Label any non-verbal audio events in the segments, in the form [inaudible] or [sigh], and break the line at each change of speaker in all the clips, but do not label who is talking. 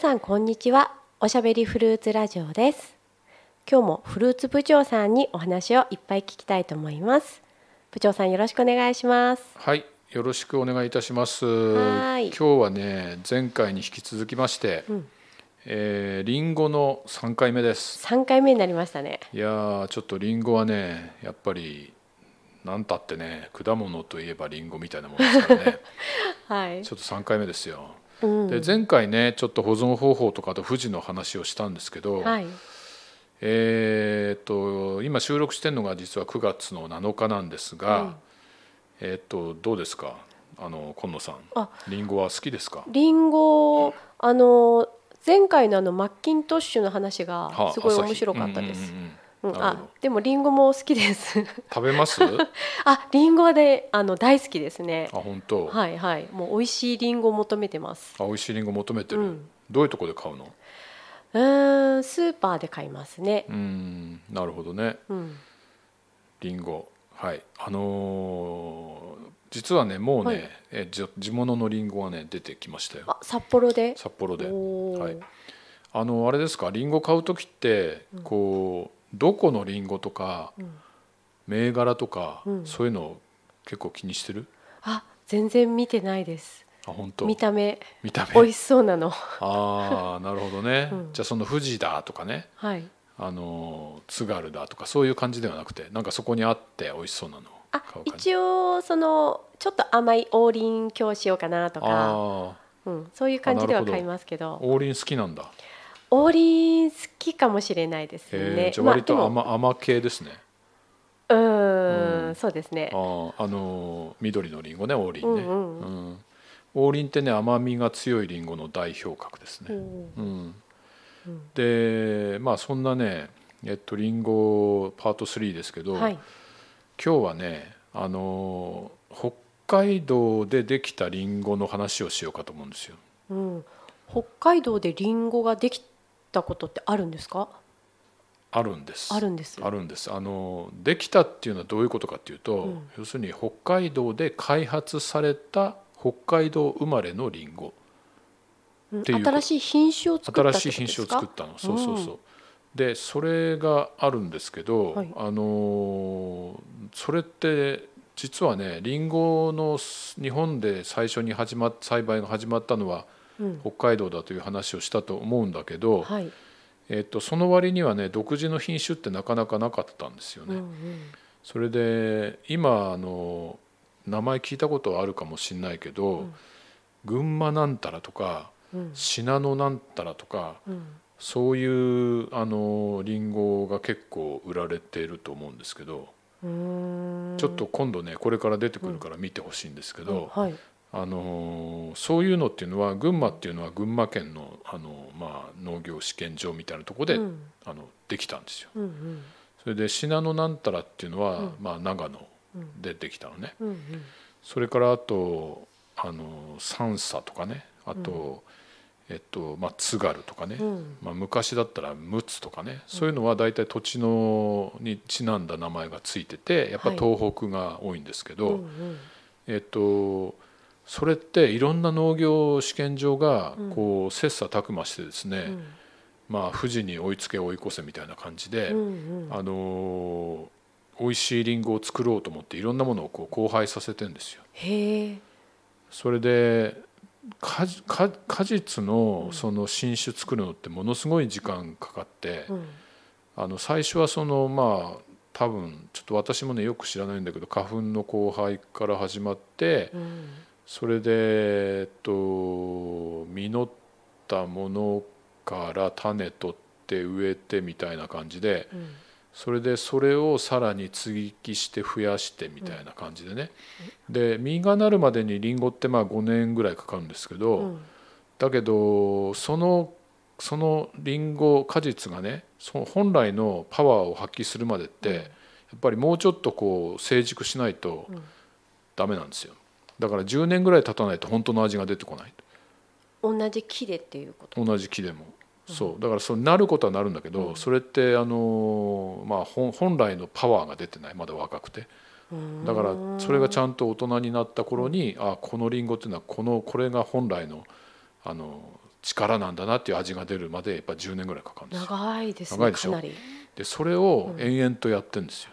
さんこんにちはおしゃべりフルーツラジオです今日もフルーツ部長さんにお話をいっぱい聞きたいと思います部長さんよろしくお願いします
はい、よろしくお願いいたします。
は
今
ーい
日はね、前回に引き続きまして、えーリンゴの3回目です。
3回目になりましたね
いやー、ちょっとリンゴはね、やっぱり何たってね、果物といえばリンゴみたいなものですから
[laughs]
ね。
はい
ちょっと3回目ですよ。
うん
で前回ねちょっと保存方法とかあと富士の話をしたんですけど、
はい
えーっと今収録してるのが実は9月の7日なんですが、えーっとどうですかあの今野さん
あ
リンゴは好きですか
リンゴあの前回のあのマッキントッシュの話
は
が
あ
すごい
朝日
面白かったです
うんうん
う
うんんなるほ
あ
ど
でもリンゴも好きです [laughs]
食べますあ
あリンゴであの大好きですね
本当、
はいはいもう美味しいリンゴを求めてます
あ美味しいリンゴ求めてる、
うん
どういうところで買うの
うーんスーパーで買いますね
うんなるほどね
うん
リンゴはいあのー実はねもうね、
はい
えじ地物のリンゴがね出てきましたよ
あ札幌で
札幌で
おー
はいあのあれですかリンゴ買う時ってこう、どこのリンゴとか、
ん
銘柄とか、
うん
そういうの結構気にしてる
あ全然見てないです
あ本当
見た目
見た目
美味しそうなの [laughs]
ああなるほどね、
うん
じゃあその富士だとかね
はい
あの津軽だとかそういう感じではなくてなんかそこにあって美味しそうなのを
あ
買う感じ
一応そのちょっと甘い王林今日しようかなとか、
あ
うん、そういう感じでは
あなるほど
買いますけ
あ
ど
王林好きなんだ
王林好きかもしれないです
へえ
ね
じゃあ割と
まあでも
甘,、甘系ですね
うーん
うん
そうですね
あーあのー緑のリンゴね王林ね、
うんうんう
うん王林ってね甘みが強いリンゴの代表格です
う
ね、
ん
うん
うん
でまあそんなねえっとリンゴパート3ですけど、
はい
今日はねあの北海道でできたリンゴの話をしようかと思うんですよ
うん、北海道でリンゴができたことってあるんですか
あるんです
あるんです
あるんですあのできたっていうのはどういうことかっていうと、
うん
要するに北海道で開発された北海道生まれのリンゴ
うん
っていうこと
新しい品種を作った
新
って
しい
ことで
品種
す
を
か
作ったのそうそうそう、でそれがあるんですけど、
はい
あのそれって実はねリンゴの日本で最初に始まっ栽培が始まったのは
うん
北海道だという話をしたと思うんだけど、
はい、
えっと、その割にはね独自の品種ってなかなかなかったんですよ
う
ね。
んうん
それで今あの名前聞いたことはあるかもしれないけど、
うん
群馬なんたらとか
うん
信濃なんたらとか
うん
そういうあのリンゴが結構売られていると思うんですけど、
うーん
ちょっと今度ねこれから出てくるから見てほしいんですけど、
はい
あのーそういうのっていうのは群馬っていうのは群馬県のあの、まあ、農業試験場みたいなとこで、
うん
あのできたんですよ。
うんうん
それで信濃なんたらっていうのは、
うん
まあ、長野でできたのね。
うんうん
それからあとあの三叉とかねあと、えっとまあ、津軽とかね、
うん
まあ、昔だったら陸奥とかねそういうのは大体土地のにちなんだ名前がついててやっぱ
はい
東北が多いんですけど。
うんうん
えっと、それっていろんな農業試験場が
うん
こう切磋琢磨してですね、
うん
まあ、富士に追いつけ追い越せみたいな感じで、
うんうん
あのー美味しいリンゴを作ろうと思っていろんなものをこう交配させてんですよ。
へえ
それで果実果果実のその新種作るのってものすごい時間かかって、
うん
あの最初はそのまあ多分ちょっと私もねよく知らないんだけど花粉の交配から始まって、
うん
それで、えっと、実ったものから種取って植えてみたいな感じで
うん
それでそれをさらに接ぎ木して増やしてみたいな感じでね、で実がなるまでにリンゴってまあ5年ぐらいかかるんですけど、
うん
だけどそのそのリンゴ果実がねその本来のパワーを発揮するまでって、
うん
やっぱりもうちょっとこう成熟しないと
うん
ダメなんですよだから10年ぐらい経たないと本当の味が出てこない
同じ木でっていうこと
同じ木でもそうだからそうなることはなるんだけど、
うん
それってあのーまあ本本来のパワーが出てないまだ若くてだからそれがち
ゃん
ゃんと大人になった頃にあこのリンゴっていうのはこのこれが本来のあの力なんだなっていう味が出るまでやっぱ10年ぐらいかかるんですよ
長いです
長
ね
いでし
か
ょ
なり
でそれを延々とやってんですよ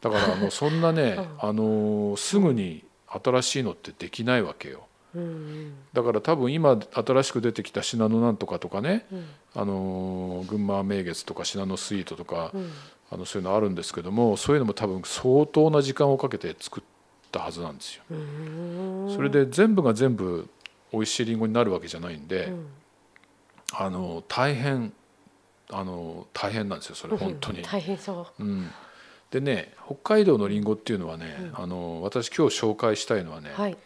だからもうそんなね、あのーすぐに新しいのってできないわけよ
うんうん
だから多分今新しく出てきた「信濃なんとか」とかね、
うん
あのー群馬名月とか信濃スイートとか、
うん
あのそういうのあるんですけどもそういうのも多分相当な時間をかけて作ったはずなんですよ。
うん
それで全部が全部美味しいりんごになるわけじゃないんで、あの大変あの大変なんですよそれ本当
う
に
ん。大変そう
うん、でね北海道のりんごっていうのはね、あの私今日紹介したいのはね、
はい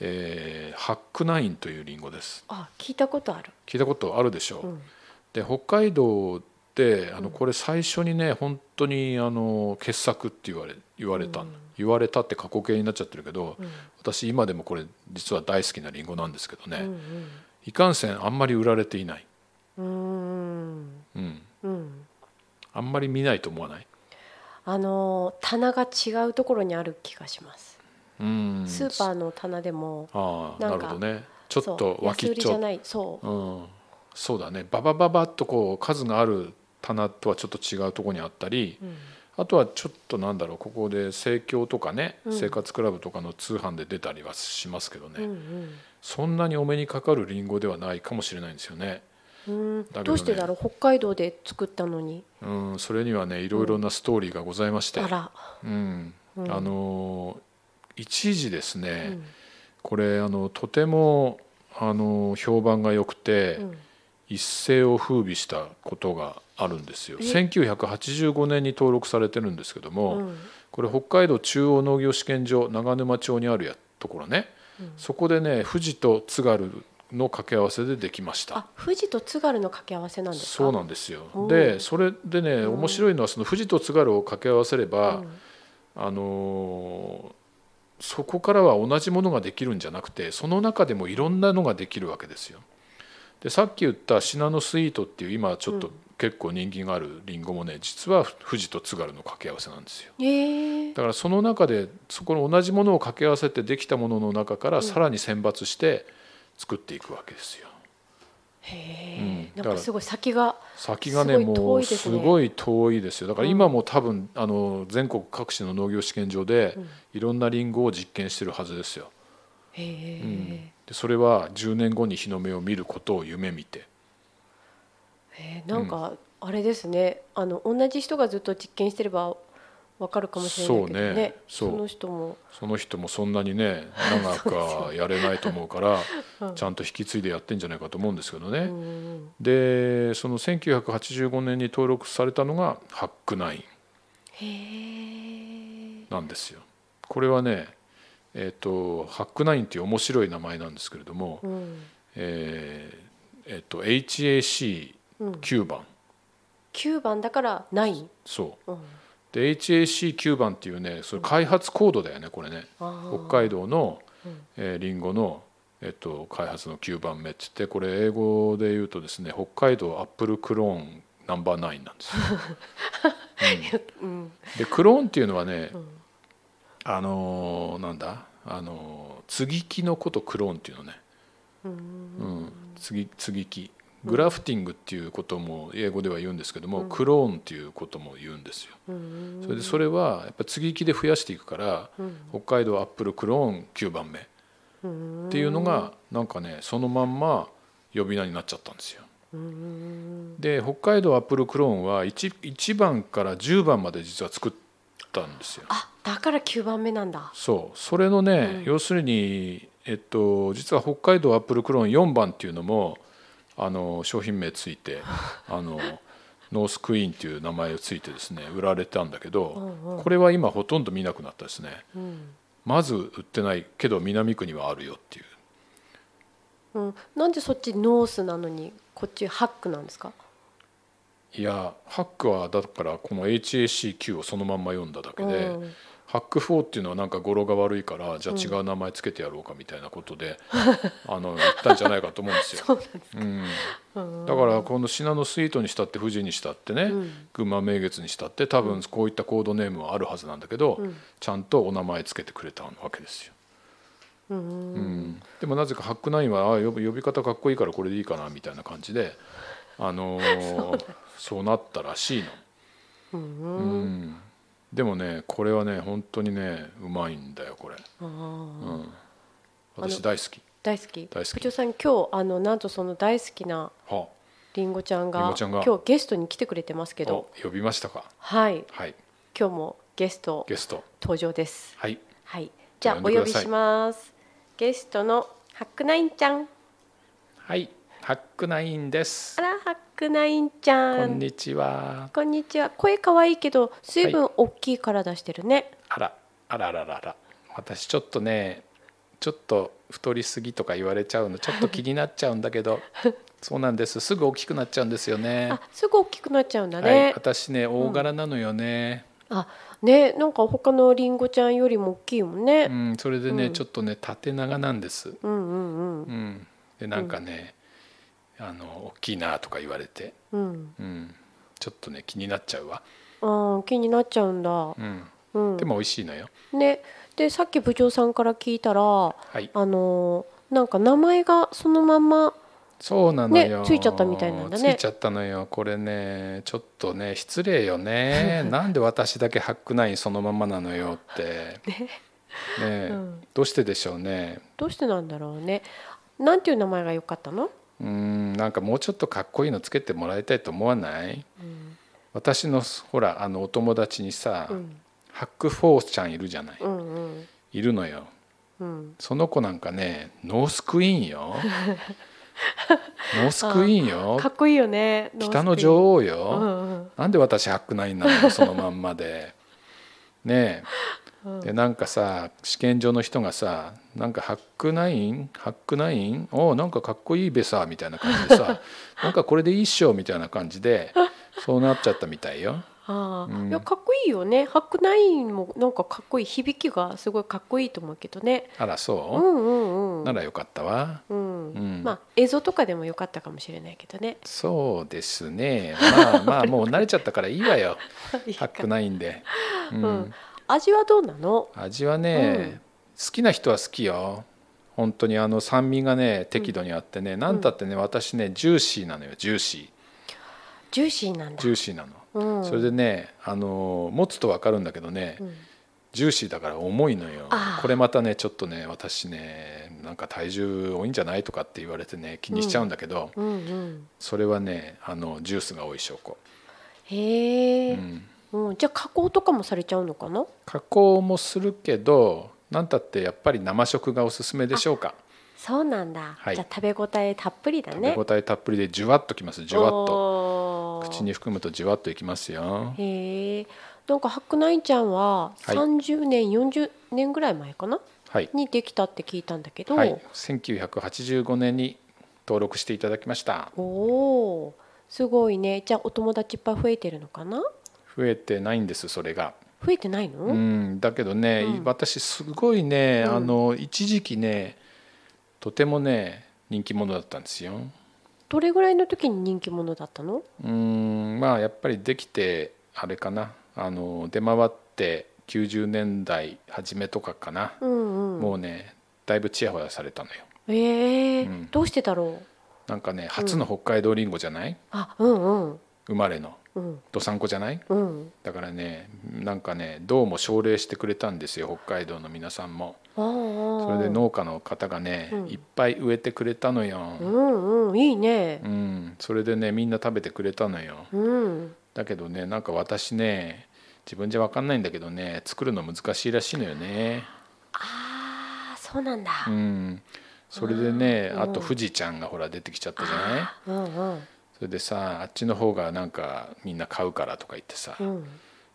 えーハックナインというりんごです。
あ聞いたことある
聞いたことあるでしょう、
うん
で北海道ってあのこれ最初にね本当にあの傑作って言われ言われた、んだ、言われたって過去形になっちゃってるけど、私今でもこれ実は大好きなりんごなんですけどね、いかんせんあんまり売られていない、
うん
うん、
うん
あんまり見ないと思わない、
あの棚が違うところにある気がします
うん、
スーパーの棚でも
ああな
なん
る
か
ほどねちょっ
そ
と
う
脇
安
っ
売り
ち
じ
ょ
ゃないそう
うん、そうだねババババッとこう数がある棚とはちょっと違うところにあったり、あとはちょっとなんだろうここで生協とかね、
うん
生活クラブとかの通販で出たりはしますけどね、
うん
そんなにお目にかかるリンゴではないかもしれないんですよね。
うんうん
けどね
どうしてだろう北海道で作ったのに
うん、それにはねいろいろなストーリーがございまして、
あら
うん
うん
あのー一時ですね、
うん
これあのとてもあのー評判が良くて、
うん
一世を風靡したことがあるんですよ
え
1985年に登録されてるんですけども、
うん
これ北海道中央農業試験場長沼町にあるやところね、そこでね富士と津軽の掛け合わせでできました
あ富士と津軽の掛け合わせなんですか
そうなんですよでそれでね面白いのはその富士と津軽を掛け合わせれば、あのーそこからは同じものができるんじゃなくてその中でもいろんなのができるわけですよ。でさっき言ったシナノスイートっていう今ちょっと結構人気があるりんごもね実は富士と津軽の掛け合わせなんですよ。
ええ
だからその中でそこの同じものを掛け合わせてできたものの中からさらに選抜して作っていくわけですよ。
へ
うん
えな
だ
ん
から
かすごい先が
先がね
すごい
も
遠
う
いです
す
ね
ごい遠いですよだから今も多分、あの全国各地の農業試験場で、いろんなりんごを実験してるはずですよ。
へえ
でそれは10年後に日の目を見ることを夢見て
えーなんかあれですね、あの同じ人がずっと実験してればわかるかもしれないけど
そ
ね
うねそう
の人も
その人もそんなにね長くはやれないと思うからちゃんと引き継いでやってんじゃないかと思うんですけどね、
うん
でその1985年に登録されたのがハックナイン
へえ
なんですよこれはねえっ、とハックナインっていう面白い名前なんですけれども、
うん
えーえっと HAC9
うん
番、
九番だからない
そう
うん
で HAC9 番っていうねそれ開発コードだよねこれね
あー
北海道の
うん
えーリンゴの、えっと、開発の9番目って言ってこれ英語で言うとですね北海道アップルクローンナンバーナインなんです
[laughs]
よ。
うん
でクローンっていうのはね、
うん
あのーなんだあのー継ぎ木のことクローンっていうのね、
うん
うん、継ぎ継ぎ木グラフティングっていうことも英語では言うんですけども、クローンっていうことも言うんですよ。
うん
それでそれはやっぱ継ぎ木で増やしていくから、北海道アップルクローン9番目。
うん
っていうのがなんかねそのまんま呼び名になっちゃったんですよ。
うん
で北海道アップルクローンは 1, 1番から10番まで実は作ったんですよ。
あだから九番目なんだ
そうそれのね、
うん
要するに、えっと、実は北海道アップルクローン4番っていうのもあの商品名つい
[laughs]
てあのノースクイーンっていう名前をついてですね売られたんだけど、
うんうん
これは今ほとんど見なくなったですね。
うん
まず売ってないけど南区にはあるよっていう
うんなんでそっちノースなのにこっちハックなんですか
いやハックはだからこの HACQ をそのまんま読んだだけで、
うん
ハック4っていうのはなんか語呂が悪いからじゃあ違う名前つけてやろうかみたいなことで、あの言ったんじゃないかと思うんですよ。
[laughs] そうなんです
うん
うん
だからこの信濃スイートにしたって富士にしたってね、
うん
群馬名月にしたって多分こういったコードネームはあるはずなんだけど、
うん
ちゃんとお名前つけてくれたわけですよ。
う
うんん、でもなぜかハックナインはあ呼び呼び方かっこいいからこれでいいかなみたいな感じで、あ [laughs] のーそうなったらしい
うんう
の、
ん
うん、でもねこれはね本当にねうまいんだよこれ、
あー
うん、私大好き
大好き
大好き
部長さん今日あのなんとその大好きな
は
りんごちゃん
りん
が
ごちゃんが
今日ゲストに来てくれてますけ
あ、お
ど
呼びましたか
はい
はい
今日もゲスト
ゲスト
登場です
はい
はいじゃあ
呼ん
お
でください
呼びしますゲストのハックナインちゃん
はいハックナインです
あらハックナインちゃ
こん
ん
にちは
こんにちは声可愛いけど随分大きい体してるね、
あらあらあらあらあら私ちょっとねちょっと太りすぎとか言われ
[laughs]
ちゃうのちょっと気になっちゃうんだけどそうなんですすぐ大きくなっちゃうんですよね
あすぐ大きくなっちゃうんだ
はい
ね、
私ね大柄なのよね、
あねなんか他のりんごちゃんよりも大きいもん
う
ね、
んそれでね、
うん
ちょっとね縦長なんです、
うん、うんうん
うん、でなんかね、あの大きいなとか言われて、
うん
うん、ちょっとね気になっちゃうわ、
あー気になっちゃうんだ
うん、
うん
でも美味しいのよ
ねでさっき部長さんから聞いたらあ
はい
のーなんか名前がそのまま
そうなのよ、
ねついちゃったみたいなんだね
ついちゃったのよこれねちょっとね失礼
[laughs]
よねなんで私だけハックナインそのままなのよってねえ
うん
どうしてでしょうね
どうしてなんだろうねなんていう名前が良かったの、
うーんなんかもうちょっとかっこいいのつけてもらいたいと思わない
うん
私のほらあのお友達にさ、
うん、
ハックフォーちゃんいるじゃない、
うんうん
いるのよ
うん
その子なんかねノースクイーン
[laughs]
よノースクイーンよ
かっこいいよね
北の女王
王
よ、
うんうん
なんで私ハックナインなのそのまんまで。ね
う
え
ん
でなんかさ試験場の人がさなんかハックナインハックナインおうなんかかっこいいべさみたいな感
[laughs]
じでさなんかこれでいいっしょみたいな感じでそうなっちゃったみたいよ。
あー
うん
いやかっこいいよねハックナインもなんかかっこいい響きがすごいかっこいいと思うけどね
あら
う
そ
んうん
う、
うん
ならよかったわ。
うん
うん
まあ映像とかでも良かったかもしれないけどね
そうですねまあまあもう慣れちゃったからいいわよ
いい
ハ
か
ックナインで。う
うんん、味はどうなの
味はね、
うん
好きな人は好きよ本当にあの酸味がね適度にあってね、なんたってね私ねジューシーなのよジューシ
ジューシーなん
ー
だ
ジューシーなの、
うん、
それでねあのー持つと分かるんだけどね、
うん
ジューシーだから重いのよ
あー
これまたねちょっとね私ねなんか体重多いんじゃないとかって言われてね気にしちゃうんだけど、
うんうん
それはねあのジュースが多い証拠、
へ
う
え、
ん、
うんじゃあ加工とかもされちゃうのかな
加工もするけどなんたってやっぱり生食がおすすめでしょうか
そうなんだ、
はい
じゃあ食べ応えたっぷりだ
食
ね
べ応えたっぷりでじゅわっときますじゅわっと
と
口に含むとじゅわっといきますよ
へえなんかハックナインちゃんは
はい
30年、40年ぐらい前かな
はい、
にできたって聞いたんだけど、
はい、1985年に登録していただきました
おおすごいねじゃあお友達いっぱい増えてるのかな
増えてないんですそれが
増えてないの、
うんだけどね、
うん
私すごいね、
うん
あの一時期ねとてもね人気者だったんですよ
どれぐらいの時に人気者だったの
うんまあやっぱりできてあれかなあの出回って90年代初めとかかな、
うんうん
もうねだいぶちやほやされたのよ
ええ
うん
どうしてだろう
なんかね初の北海道りんごじゃない、
あうんうん
生まれの
うん
どさんこじゃない
うん
だからねなんかねどうも奨励してくれたんですよ北海道の皆さんも
ああ
それで農家の方がね、
うん
いっぱい植えてくれたのよ、
う
うん
うんいいね
それでねみんな食べてくれたのよ
うん
だけどねなんか私ね自分じゃ分かんないんだけどね作るの難しいらしいのよね
ああそうなんだ
うんそれでね
うん
あと富士ちゃんがほら出てきちゃったじゃない
うんうん
それでさあっちの方がなんかみんな買うからとか言ってさ、
うん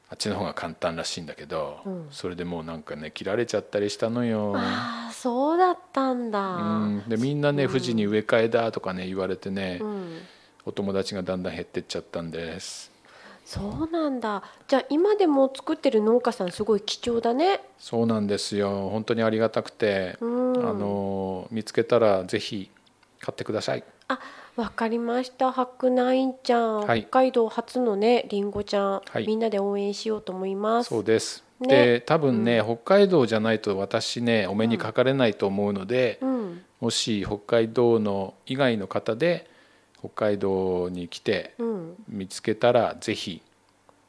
あっちの方が簡単らしいんだけど、
うん
それでもうなんかね切られちゃったりしたのよ。
ああそうだったんだ
うん、でみんなね富士に植え替えだとかね言われてね、
うん
お友達がだんだん減ってっちゃったんです
そうなんだじゃあ今でも作ってる農家さんすごい貴重だね
そうなんですよ本当にありがたくて、
うん
あの見つけたらぜひ買ってください
あわかりました白インちゃん、
はい
北海道初のねりんごちゃん、
はい
みんなで応援しようと思います
そうですで多分ね、北海道じゃないと私ねお目にかかれないと思うので、
うん
もし北海道の以外の方で北海道に来て
うん
見つけたらぜひ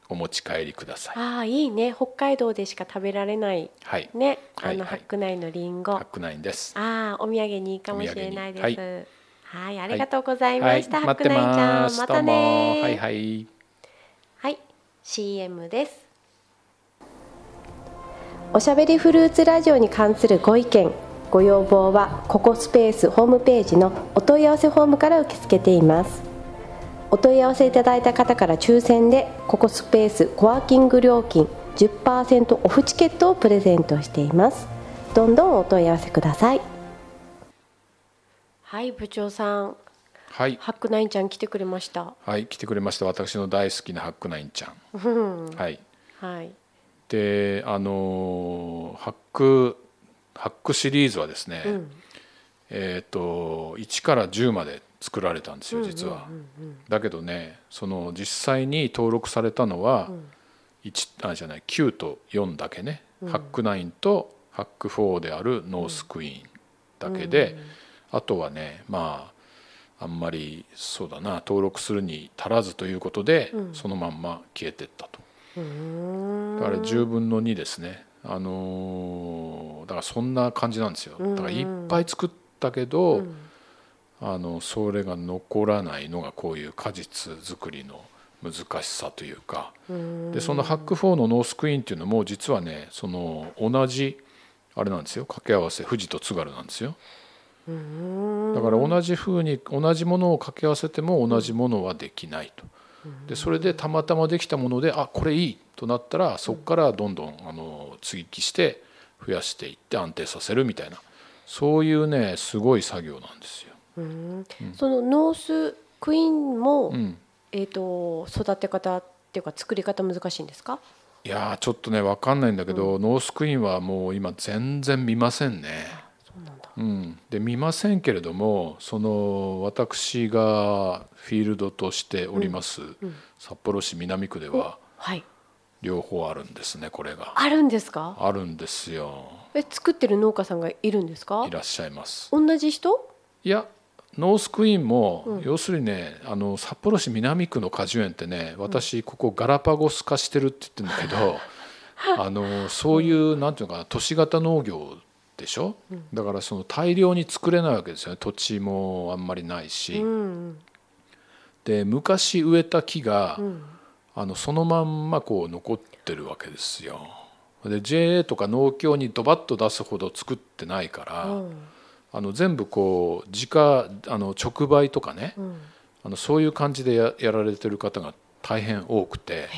お持ち帰りください。
ああいいね北海道でしか食べられない
はい、
ね
は
あ
い
の
はい
白内のりんご、
パックナインです。
ああお土産にいいかもしれないです
お土
は
産に
い、ありがとうございま
はい、
した、
待っ
白
て
内ちゃ
ま
ん
す。
ま
ど
た
う
ね
も、はいはい。
はい、CM です。おしゃべりフルーツラジオに関するご意見、ご要望はここスペースホームページのお問い合わせフォームから受け付けています。お問い合わせいただいた方から抽選でここスペースコワーキング料金10%オフチケットをプレゼントしています。どんどんお問い合わせください。はい、部長さん、
はい、
ハックナインちゃん来てくれました。
はい、来てくれました。私の大好きなハックナインちゃん。はい。
はい。
で、あのーハックハックシリーズはですね、えっ、と1から10まで作られたんですよ実は、だけどね、その実際に登録されたのは一、あじゃない9と4だけね、ハックナインとハック4であるノースクイーンだけで、あとはねまああんまりそうだな登録するに足らずということで、そのまんま消えてったと。あれ10分の2ですね、あのーだからそんな感じなんですよだからいっぱい作ったけど、あのそれが残らないのがこういう果実作りの難しさというかでそのハック4のノースクイーンっていうのも実はねその同じあれなんですよ掛け合わせ富士と津軽なんですよだから同じ風に同じものを掛け合わせても同じものはできないと。でそれでたまたまできたものであこれいいとなったらそこからどんどんあの接ぎ木して増やしていって安定させるみたいなそういうねすごい作業なんですよ。
そのノースクイーンも、
ん
えっ、と育て方っていうか作り方難しいんですか？
いやーちょっとね分かんないんだけど、ノースクイーンはもう今全然見ませんね。
そうなんだ。
うん、で見ませんけれどもその私がフィールドとしております、札幌市南区では
はい。
両方あるんですねこれが。
あるんですか？
あるんですよ
え作ってる農家さんがいるんですか
い？らっしゃいます。
同じ人？
いやノースクイーンも、要するにねあの札幌市南区の果樹園ってね私ここガラパゴス化してるって言ってるんだけ
[laughs]
ど、あのそういうなんていうのかな都市型農業でしょ、だからその大量に作れないわけですよね土地もあんまりないし、
うん
で昔植えた木が、
うん
あのそのまんまこう残ってるわけですよ。で JA とか農協にドバッと出すほど作ってないから。
うん
あの全部こう自家あの直売とかね、
ん
あのそういう感じでややられてる方が大変多くて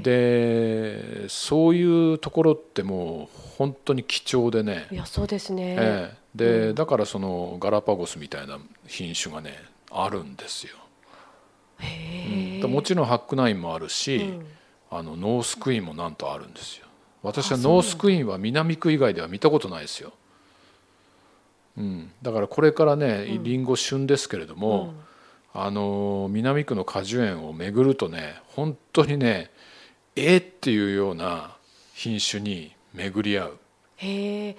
でそういうところってもう本当に貴重でね、
いやそうですね。
ええでだからそのガラパゴスみたいな品種がねあるんですよ。うんだからもちろんハックナインもあるし、あのノースクイーンもなんとあるんですよ。私はノースクイーンは南区以外では見たことないですよ。うん、だからこれからねりんご旬ですけれども、あの南区の果樹園を巡るとね本当にねえーっていうような品種に巡り合う。
へえ、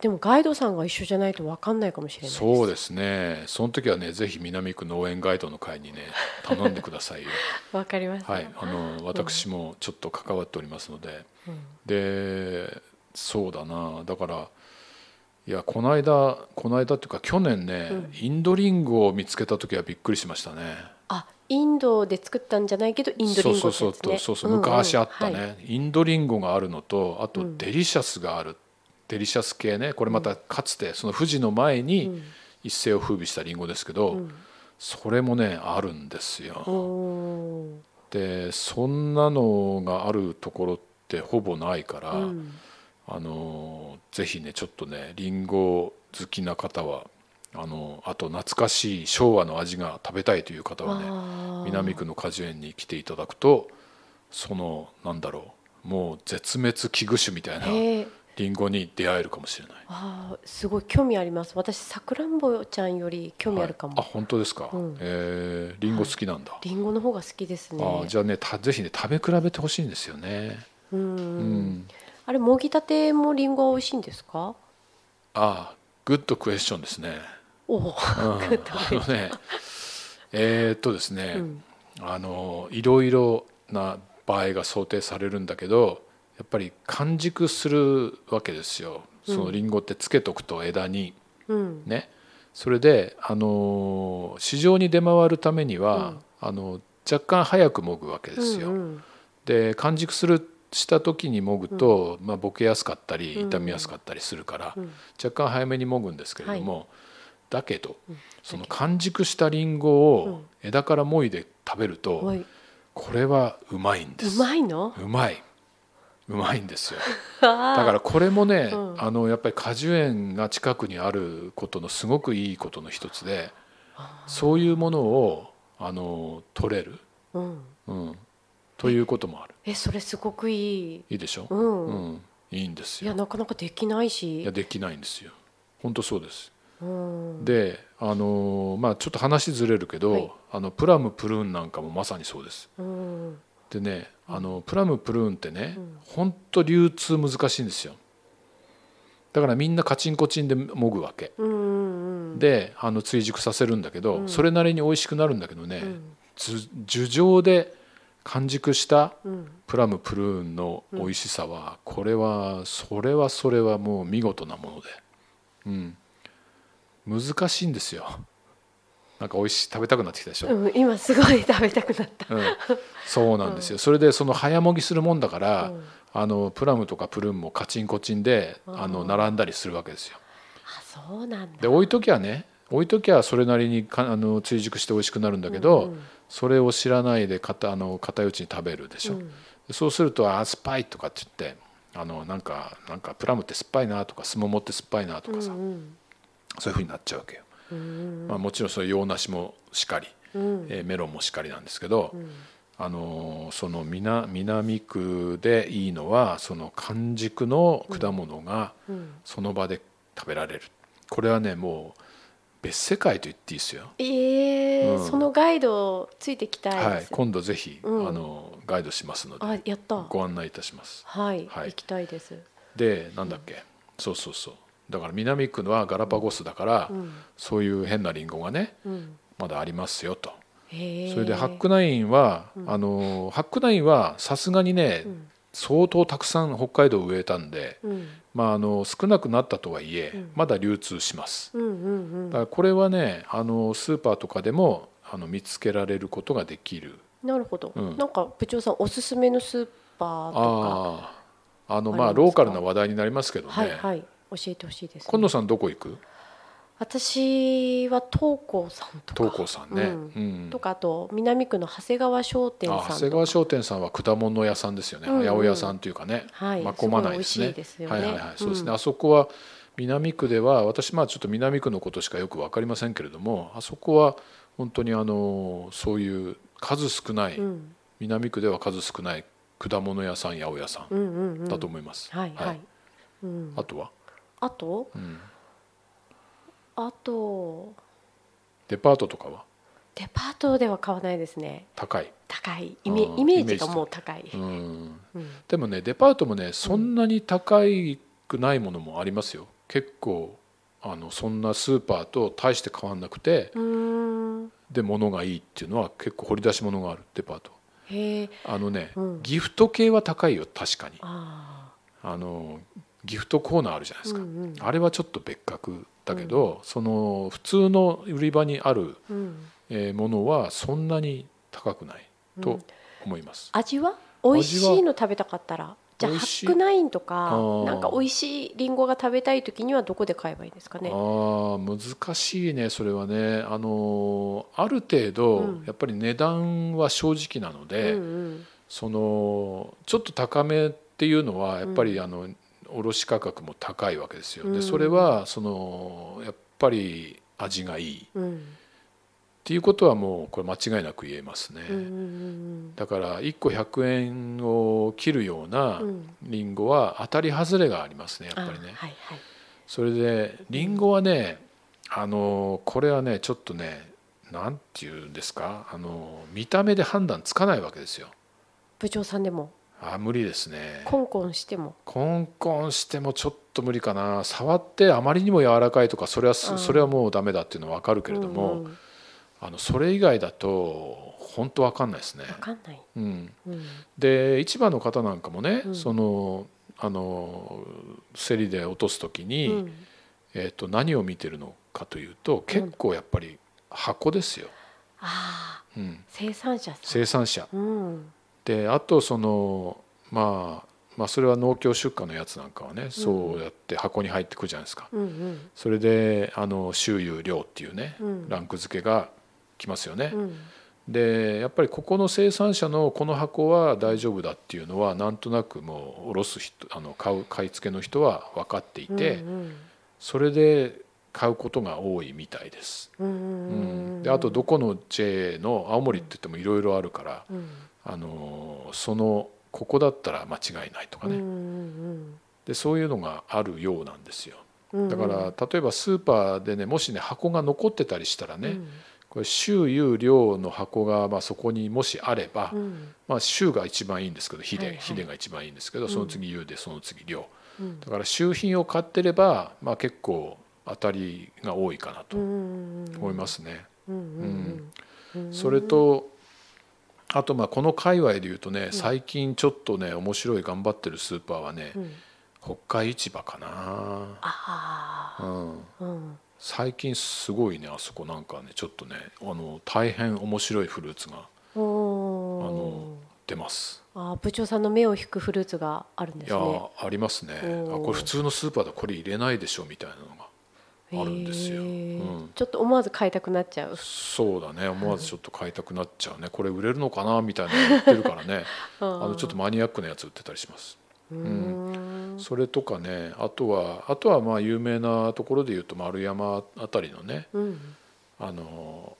でもガイドさんが一緒じゃないとわかんないかもしれないです。
そうですね。その時はね、ぜひ南区農園ガイドの会にね、頼んでくださいよ。
わかりました。
はい、あの私もちょっと関わっておりますので、で、そうだな、だから。いや、この間、この間っていうか、去年ね、インドリンゴを見つけた時はびっくりしましたね。
あインドで作ったんじゃないけどインドリンゴ
そう
って
そ
やつね。
うそう、そうそう、
んん
昔あったね、
はい
インドリンゴがあるのと、あとデリシャスがある。デリシャス系ね、これまたかつて、その富士の前に。一世を風靡したリンゴですけど、それもね、あるんです
お
よ。
お
で、そんなのがあるところってほぼないから。
ー。うん
あのーぜひねちょっとねりんご好きな方はあのあと懐かしい昭和の味が食べたいという方は
あ
ね
ー
南区の果樹園に来ていただくとそのなんだろうもう絶滅危惧種みたいな
へえ。
りんごに出会えるかもしれない。
ああすごい興味あります私さくらんぼちゃんより興味あるかも、
はいあ本当ですか、
ん
えー、りんご好きなんだ、
りんごの方が好きですね
あーじゃあねたぜひね食べ比べてほしいんですよね
う。
うんん、
あれもぎたてもリンゴは美味しいんですか？
ああグッドクエスチョンですね。
おお。
うんあのねえーっとですね、
うん
あのいろいろな場合が想定されるんだけどやっぱり完熟するわけですよそのリンゴってつけとくと枝に
うん。
ねそれであの市場に出回るためには、あの若干早くもぐわけですよ。
うんうん
で完熟するした時にもぐと、まあ、ボケやすかったり
うん
傷みやすかったりするから、
うん
若干早めにもぐんですけれども、だけどその完熟したリンゴを枝からもいで食べると、
おい。う
これはうまいんです。
まいの？
うまいうまいんですよだ
だ
からこれもね、
うん
あのやっぱり果樹園が近くにあることのすごくいいことの一つでそういうものをあの取れる、
ら。 [laughs] うん。
うん、ということもある
えそれすごくいい。
いいでしょ
う、ん。
うん、いいんです
いや
よ
なかなかできない
い
し
や。できないんですよ本当そうです
うん。
であのーまあちょっと話ずれるけど、
はい
あのプラムプルーンなんかもまさにそうです
うん。
でねあのプラムプルーンってね
うん
本当、ほんと流通難しいんですよだからみんなカチンコチンでもぐわけ
うんうんうん。
であの追熟させるんだけど、
うん
それなりに美味しくなるんだけどね、
うん
ず樹上で完熟した
うん。
プラムプルーンの美味しさは、これはそれはそれはもう見事なもので、うん、難しいんですよなんか美味しい食べたくなってきたでしょ、
うん、今すごい食べたくなった。
うんそうなんですよ、それでその早もぎするもんだから、
うん
あのプラムとかプルーンもカチンコチンで
うん
あの並んだりするわけですよ
あ、そうなん
で
だ。
置いときゃね置いときゃそれなりにかあの追熟して美味しくなるんだけど、
うんうん
それを知らないでかたあの片打ちに食べるでしょ、
うん
そうすると「あスパイ」とかって言ってあのなんかなんかプラムって酸っぱいなとかスモモって酸っぱいなとかさ、
うん
そういうふうになっちゃうわけよ、
うん
まあ、もちろんそういう洋梨もしかり、
うん
えーメロンもしかりなんですけど、
うん
あのーその南南区でいいのはその完熟の果物が
うん
その場で食べられる、これはねもう別世界と言っていいですよ、
ええ
うん
そのガイドついてきたい
は
で
い
す。、
今度ぜひ、
うん
あのガイドしますの
あ
で、
やった。
ご案内いたします
はい、
はい
行きたいです。
でなんだっけ、そうそうそうだから南区のはガラパゴスだから、
うん
そういう変なリンゴがね
うん。
まだありますよと、
へえ。
それでハックナインは、あのハックナインはさすがにね、
うん
相当たくさん北海道植えたんで、
うん
まあ、あの少なくなったとはいえ、
うん
まだ流通します
うんうん
だ
う
からこれはねあのスーパーとかでもあの見つけられることができる
ん。なるほど。
うん
なんか部長さんおすすめのスーパーとか。
ああーあのま
あ
あ
りますか
ローカルな話題になりますけどね、
はいはい。教えてほしいです、
今野さんどこ行く
私は東光さんとか。
東光さんね、
うん
うん
とかあと南区の長谷川商店さん
あ
とか。
長谷川商店さんは果物屋さんですよね、
うんうん
八百屋さんというかね、
はい
まこまないですね
すごい美味しいですよね
はいはいはいそうですね、
うん
あそこは南区では私まあちょっと南区のことしかよく分かりませんけれどもあそこは本当にあのそういう数少ない、
うん
南区では数少ない果物屋さん八百屋さ
うんうんうんん。
だと思います、
はいはい。うん、
あとは、
あと
うん
あと
デパートとかは
デパートでは買わないですね
高い、
高いイメ
あー
イメージがもう高い、
うん、
うん
でもねデパートもねそんなに高くないものもありますよ、結構あのそんなスーパーと大して変わんなくて
うーん
で物がいいっていうのは結構掘り出し物があるデパート
へえ
あのね、
うん
ギフト系は高いよ確かに
あ
あのギフトコーナーあるじゃない
あ
ですか、
うんうん
あれはちょっと別格だけど、その普通の売り場にある
うん、
えーものはそんなに高くない
うん
と思います、
味は美味しいの食べたかったらじゃあ
美
ハ
味しい
ックナインと
あ
か
ー
なんか美味しいリンゴが食べたい時にはどこで買えばいいですかね
あー難しいねそれはねあのーある程度、
うん
やっぱり値段は正直なので、
うんうん
そのちょっと高めっていうのはやっぱり、
うん
あの卸価格も高いわけですよ、
う
で
ん
それはそのやっぱり味がいいっ
うん
ていうことはもうこれ間違いなく言えますね、
うんうんうん
だから1個100円を切るような
うん
リンゴは当たり外れがありますねやっぱり
あ
ね
はいはい
それでリンゴはねあのこれはねちょっとねなんていうんですかあの見た目で判断つかないわけですよ。
部長さんでも
あ無理ですね
コンコンしても
コンコンしてもちょっと無理かな触ってあまりにも柔らかいとかそれは
あー
すそれはもうダメだっていうのは分かるけれども、
うんうんわ
あのそれ以外だと本当分かんないですね。
かんない、
うん、
うん
で市場の方なんかもね、
うん
そのあの競りで落とす時に、
うん
えー、と何を見てるのかというと結構やっぱり箱ですよ、
ああ
うん、
生産者さん、
生産者。
うん、
であとその、まあ、まあそれは農協出荷のやつなんかはねそうやって箱に入ってくるじゃないですか。
うんうん
それであの周遊量っていうね、
うん
ランク付けが来ますよね。
うん
でやっぱりここの生産者のこの箱は大丈夫だっていうのはなんとなくもう卸す人あの買う買い付けの人は分かっていて、
うん
それで買うことが多いみたいです。
うんう
うん
うん
ん、であとどこの JA の青森って言ってもいろいろあるから、
うん
あのそのここだったら間違いないとか
うんう
ね、
ん
でそういうのがあるようなんですよ。
うん
だから例えばスーパーでねもしね箱が残ってたりしたらね、
うん
これ週有量の箱がまあそこにもしあれば、
うん
まあ、週が一番いいんですけど日で、
はいはい
日でが一番いいんですけどその次有でその次量、
うん
だから週品を買ってれば、まあ、結構当たりが多いかなと思いますね。
うんうんうん
それとあとまあこの界隈でいうとね最近ちょっとね面白い頑張ってるスーパーはね、
うん
北海市場かな、
あ
うん、
あうん
最近すごいねあそこなんかねちょっとねあの大変面白いフルーツが
おお
あの出ます。
あー部長さんの目を引くフルーツがあるんで
い
す
や
ね
ありますねあ
おー
これ普通のスーパーでこれ入れないでしょみたいなのがあるんですよ
へー
うん
ちょっと思わず買いたくなっちゃう
そうだね思わずちょっと買いたくなっちゃうねこれ売れるのかなみたいなの売ってるか
[laughs]
らね
あ
あのちょっとマニアックなやつ売ってたりします
うん
それとかねあとはあとはまあ有名なところでいうと丸山あたりのね
うん
あの、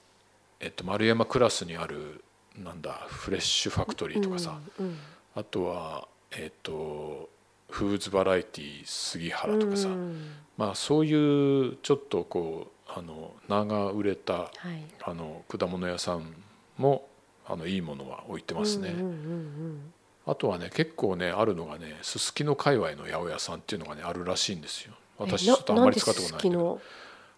えっと、丸山クラスにあるなんだフレッシュファクトリーとかさ、
うん
あとはえっとフーズバラエティ杉原とかさ、
うん
まあ、そういうちょっとこうあの名が売れた
はい
あの果物屋さんもあのいいものは置いてますね、
うんうんうん
あとはね結構ねあるのがねすすきの界隈の八百屋さんっていうのがねあるらしいんですよ
うん
私
え
ちょっとあんまり使ったこと
ん
な
ですき
いけど
の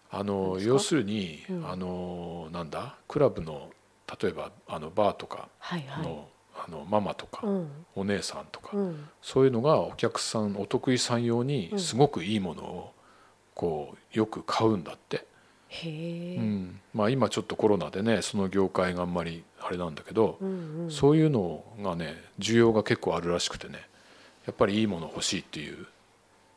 あ
なん
の
ですか
要するに、
うん
あのなんだクラブの例えばあのバーとか
はいはい
の,、あのママとか、
うん
お姉さんとか、
うん
そういうのがお客さんお得意さん用に
うん
すごくいいものをこうよく買うんだって、
へえ
うんまあ、今ちょっとコロナでねその業界があんまりあれなんだけど、
うんうん
そういうのがね需要が結構あるらしくてねやっぱりいいもの欲しいっていう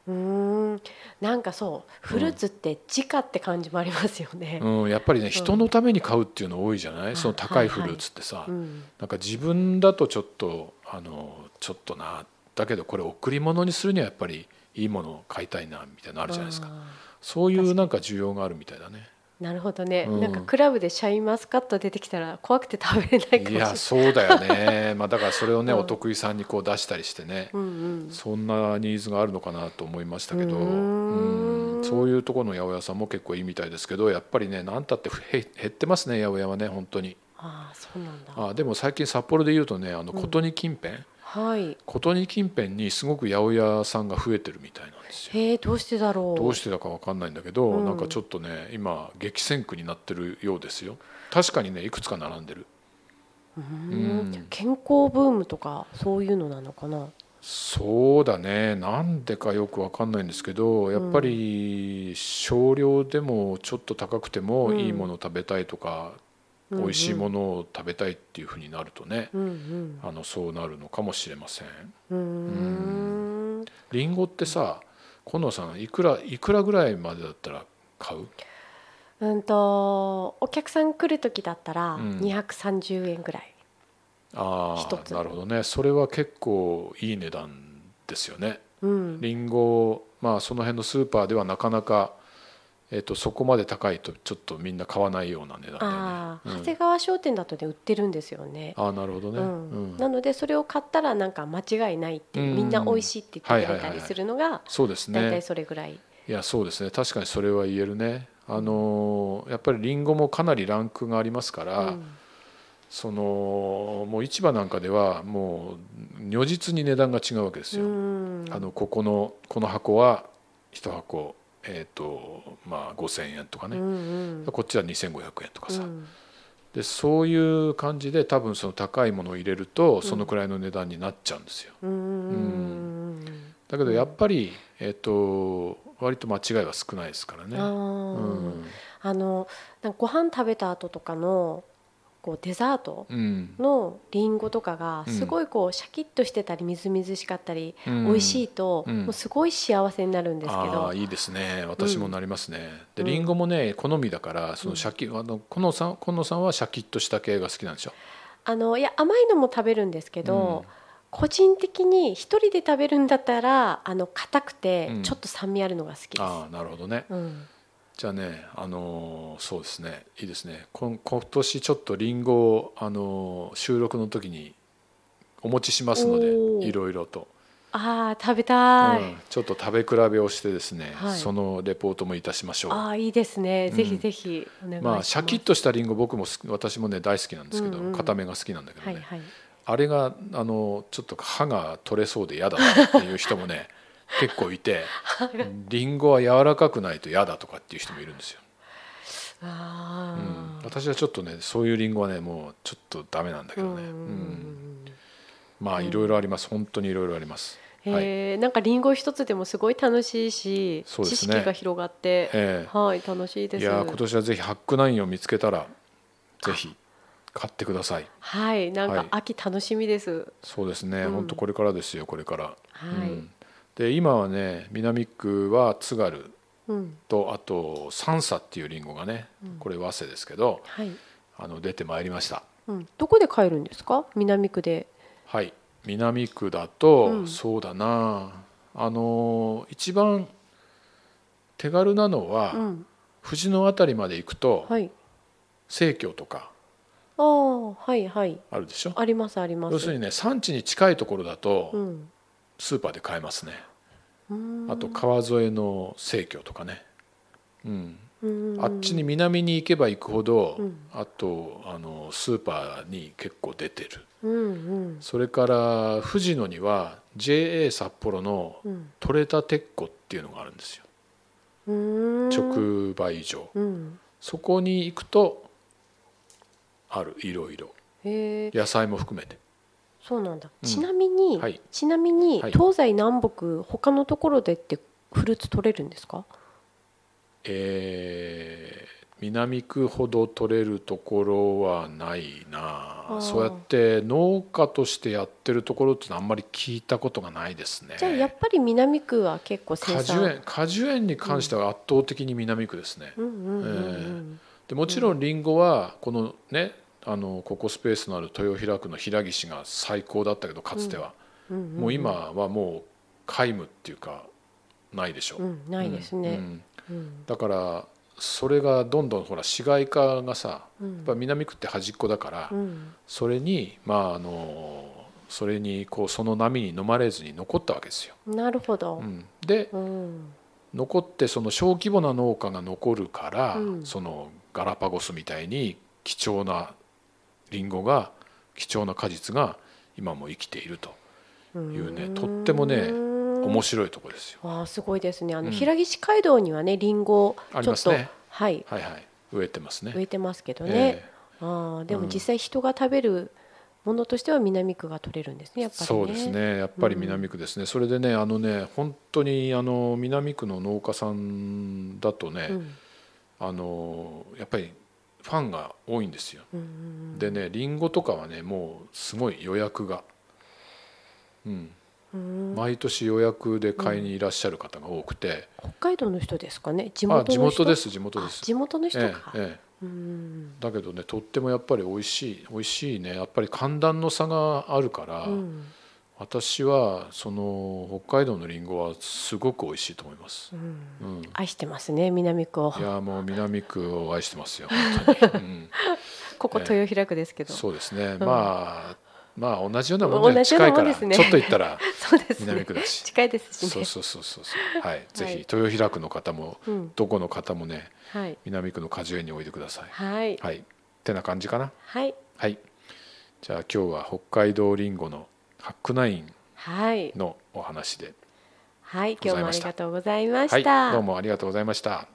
うーんなんかそうフルーツって直って感じもありますよね。
うん、やっぱりね人のために買うっていうの多いじゃない、
ん
その高いフルーツってさ、
うん
なんか自分だとちょっとあのちょっとなだけどこれ贈り物にするにはやっぱりいいものを買いたいなみたいなのあるじゃないですか
あ
そういうなんか需要があるみたいだね
ーなるほどね、
うん
なんかクラブでシャインマスカット出てきたら怖くて食べれないかもしれ
い
ない。
やそうだよ
[laughs]
ねまあだからそれをね、
うん
お得意さんにこう出したりしてね、
うんうん。
そんなニーズがあるのかなと思いましたけど、
うーん
うんそういうところの八百屋さんも結構いいみたいですけどやっぱりね何たってへ減ってますね八百屋はね本当に
ああそうなんだ。
あでも最近札幌でいうとねあの琴似近辺、
はい。
琴似近辺にすごく八百屋さんが増えてるみたいなんですよ
へえどうしてだろう。
どうしてだか分かんないんだけど、
うん
なんかちょっとね今激戦区になってるようですよ確かにねいくつか並んでる
うー
うん
ん健康ブームとかそういうのなのかな。
そうだねなんでかよく分かんないんですけどやっぱり少量でもちょっと高くて
う
も
ん
いいもの食べたいと
うんう
か、
ん
美味しいものを食べたいっていうふうになるとね、
うん
あのそうなるのかもしれません。
うん。うーん。
リンゴってさ近野さんいくらいくらぐらいまでだったら買う
うんとお客さん来る時だったら
うん
230円ぐらい。
あ
一
あ
つ
なるほどねそれは結構いい値段ですよね。
うん。
リンゴまあその辺のスーパーではなかなか、えっとそこまで高いとちょっとみんな買わないような値段だよね。
ああ、
うん
長谷川商店だとね売ってるんですよね。
あーなるほどね。
う
うん
ん、なのでそれを買ったらなんか間違いないっていう、
うん
みんな美味しいって言ってくれたりするのが
そうです
大体
ね。
それぐらい。
いやそうですね。確かにそれは言えるね。あのーやっぱりリンゴもかなりランクがありますから、
うん
そのもう市場なんかではもう如実に値段が違うわけですよ。
うん
あのここのこの箱は1箱、えーとまあ、5,000円とか
う
ね、
ん
こっちは2,500円とか
う
さ、
ん
でそういう感じで多分その高いものを入れるとそのくらいの値段になっちゃうんですよ。
うん
だけどやっぱり、えー、と割と間違いは少ないですから
あ
ね。う
ー
ん
あのなんかご飯食べた後とかのこうデザート
うん
のリンゴとかが
うん
すごいこうシャキッとしてたりみずみずしかったり
うん
美味しいと
うん
もうすごい幸せになるんですけ
あ
ど
あーいいですね私もなりますね、
うん
でりんごもね好みだからそのシャキ、あのこのさんこのさんはシャキッとした系が好きなんでしょ
あのいや甘いのも食べるんですけど個人的に一人で食べるんだったらあの硬くて
うん
ちょっと酸味あるのが好きです。
ああなるほどね
うん
じゃあねあのーそうですねいいですねこん今年ちょっとりんごをあのー収録の時にお持ちしますの
おー
でいろいろと、
あー食べたい、
うんちょっと食べ比べをしてですね、
はい
そのレポートもいたしましょう
ああいいですね、
うん
ぜひぜひお願いします、
まあシャキッとしたりんご僕も好き私もね大好きなんですけど、
うんうん
固めが好きなんだけど
は
ね、
いはい
あれがあのちょっと歯が取れそうで嫌だっていう人
[laughs]
もね結構いてりんごは柔らかくないと嫌だとかっていう人もいるんですよ、う
あ
ん、
ー
私はちょっとねそういうりんごはねもうちょっとダメなんだけどね、
うん
うんまあいろいろあります本当にいろいろあります、はいえ
えーなんかリンゴ一つでもすごい楽しいし、
そうで
知
すね
識が広がって、
え
はい楽しいです
いやー今年はぜひハックナインを見つけたらぜひ買ってください
はいなん
は
か
い
秋楽しみです
そうですね、
うん
本当これからですよこれから、
はい
うんで今はね南区は津軽
うん
とあとサンサっていうリンゴがねこれ早稲ですけど、
はい、
あの出てまいりました
うん、どこで買えるんですか南区で
はい南区だと、
うん
そうだなあの一番手軽なのは、
うん
藤の辺りまで行くと
はい
生協とか
ああはいはい
あるでしょ
ありますあります
要するにね産地に近いところだ
う
と
ん
スーパーで買えますね、
うん
あと川沿いの生協とかねうん
うん
あっちに南に行けば行くほど、
うん
あとあのスーパーに結構出てる
うん
それから富士野には JA 札幌の
うん
取れたてっこっていうのがあるんですよ
うん
直売所
うん
そこに行くとあるいろいろ
へえ
野菜も含めて
そうなんだ、
うん
ちなみに、
はい
ちなみに、
はい
東西南北他のところでってフルーツ取れるんですか
えー南区ほど取れるところはないな
ー
そうやって農家としてやってるところってのはあんまり聞いたことがないですね
じゃあやっぱり南区は結構生
果樹
産
園果樹園に関しては圧倒的に南区ですね、
うんうんうんうん
でもちろんリンゴはこのねあのここスペースのある豊平区の平岸が最高だったけどかつては、
うんうん
もう今はもう皆無っていうかないでしょ、
うんないですね
うんうん
うん
だからそれがどんどんほら市街化がさ
う
やっ
ん
ぱ南区って端っこだから、
うん
それにまああのそれにこうその波に飲まれずに残ったわけですよ、
なるほど
う、ん、で
うん
残ってその小規模な農家が残るから、
うん
そのガラパゴスみたいに貴重なリンゴが貴重な果実が今も生きているというねとってもね面白いところですよ。
わあすごいですねあの、
うん
平岸街道にはねリンゴ
あり
ちょ
ま
っ
す
と、
ね
はい
はいはい植えてますね。
植えてますけどね、
え
ああで
う
も
ん
実際人が食べるものとしては南区が取れるんですねやっ
え
ぱりね
そうですねやっぱり南区ですね、それでねあのね本当にあの南区の農家さんだとね、
うん
あのやっぱりファンが多いんですよ。
うんうん
でねりんごとかはねもうすごい予約が、うん、
うん
毎年予約で買いにいらっしゃる方が多くて、
北海道の人ですかね地
あ
元
地
の人
元です地元です
あ地元の人
え
か、
えええ
うん
だけどねとってもやっぱり美味しい美味しいねやっぱり寒暖の差があるから、
うん
私はその北海道のりんごはすごく美味しいと思います、
うん
うん、い
愛してますね南区を
やもう南区を愛してますよ本
[laughs]
当に、うん、
ここ
ええ
豊平区ですけど、
そうですね、
ん
まあまあ同じようなもんで
同じよう
近
ないも
か
んで
ら、
すね
ちょっと行ったら
そう [laughs] です
南
ね
区だし
近いですし
そ
ね
うそうそうそうそう。はい、ぜひ豊平区の方も、
うん
どこの方もね、
はい
南区の果樹園においでください。
はい
はい、ってな感じかな。
はい
はい。じゃあ今日は北海道りんごのハックナイン
はい、
のお話で
はい、今日
ござい
もあ
まし
り
た
がとうございま
は
し
い
た。
どうもありがとうございました。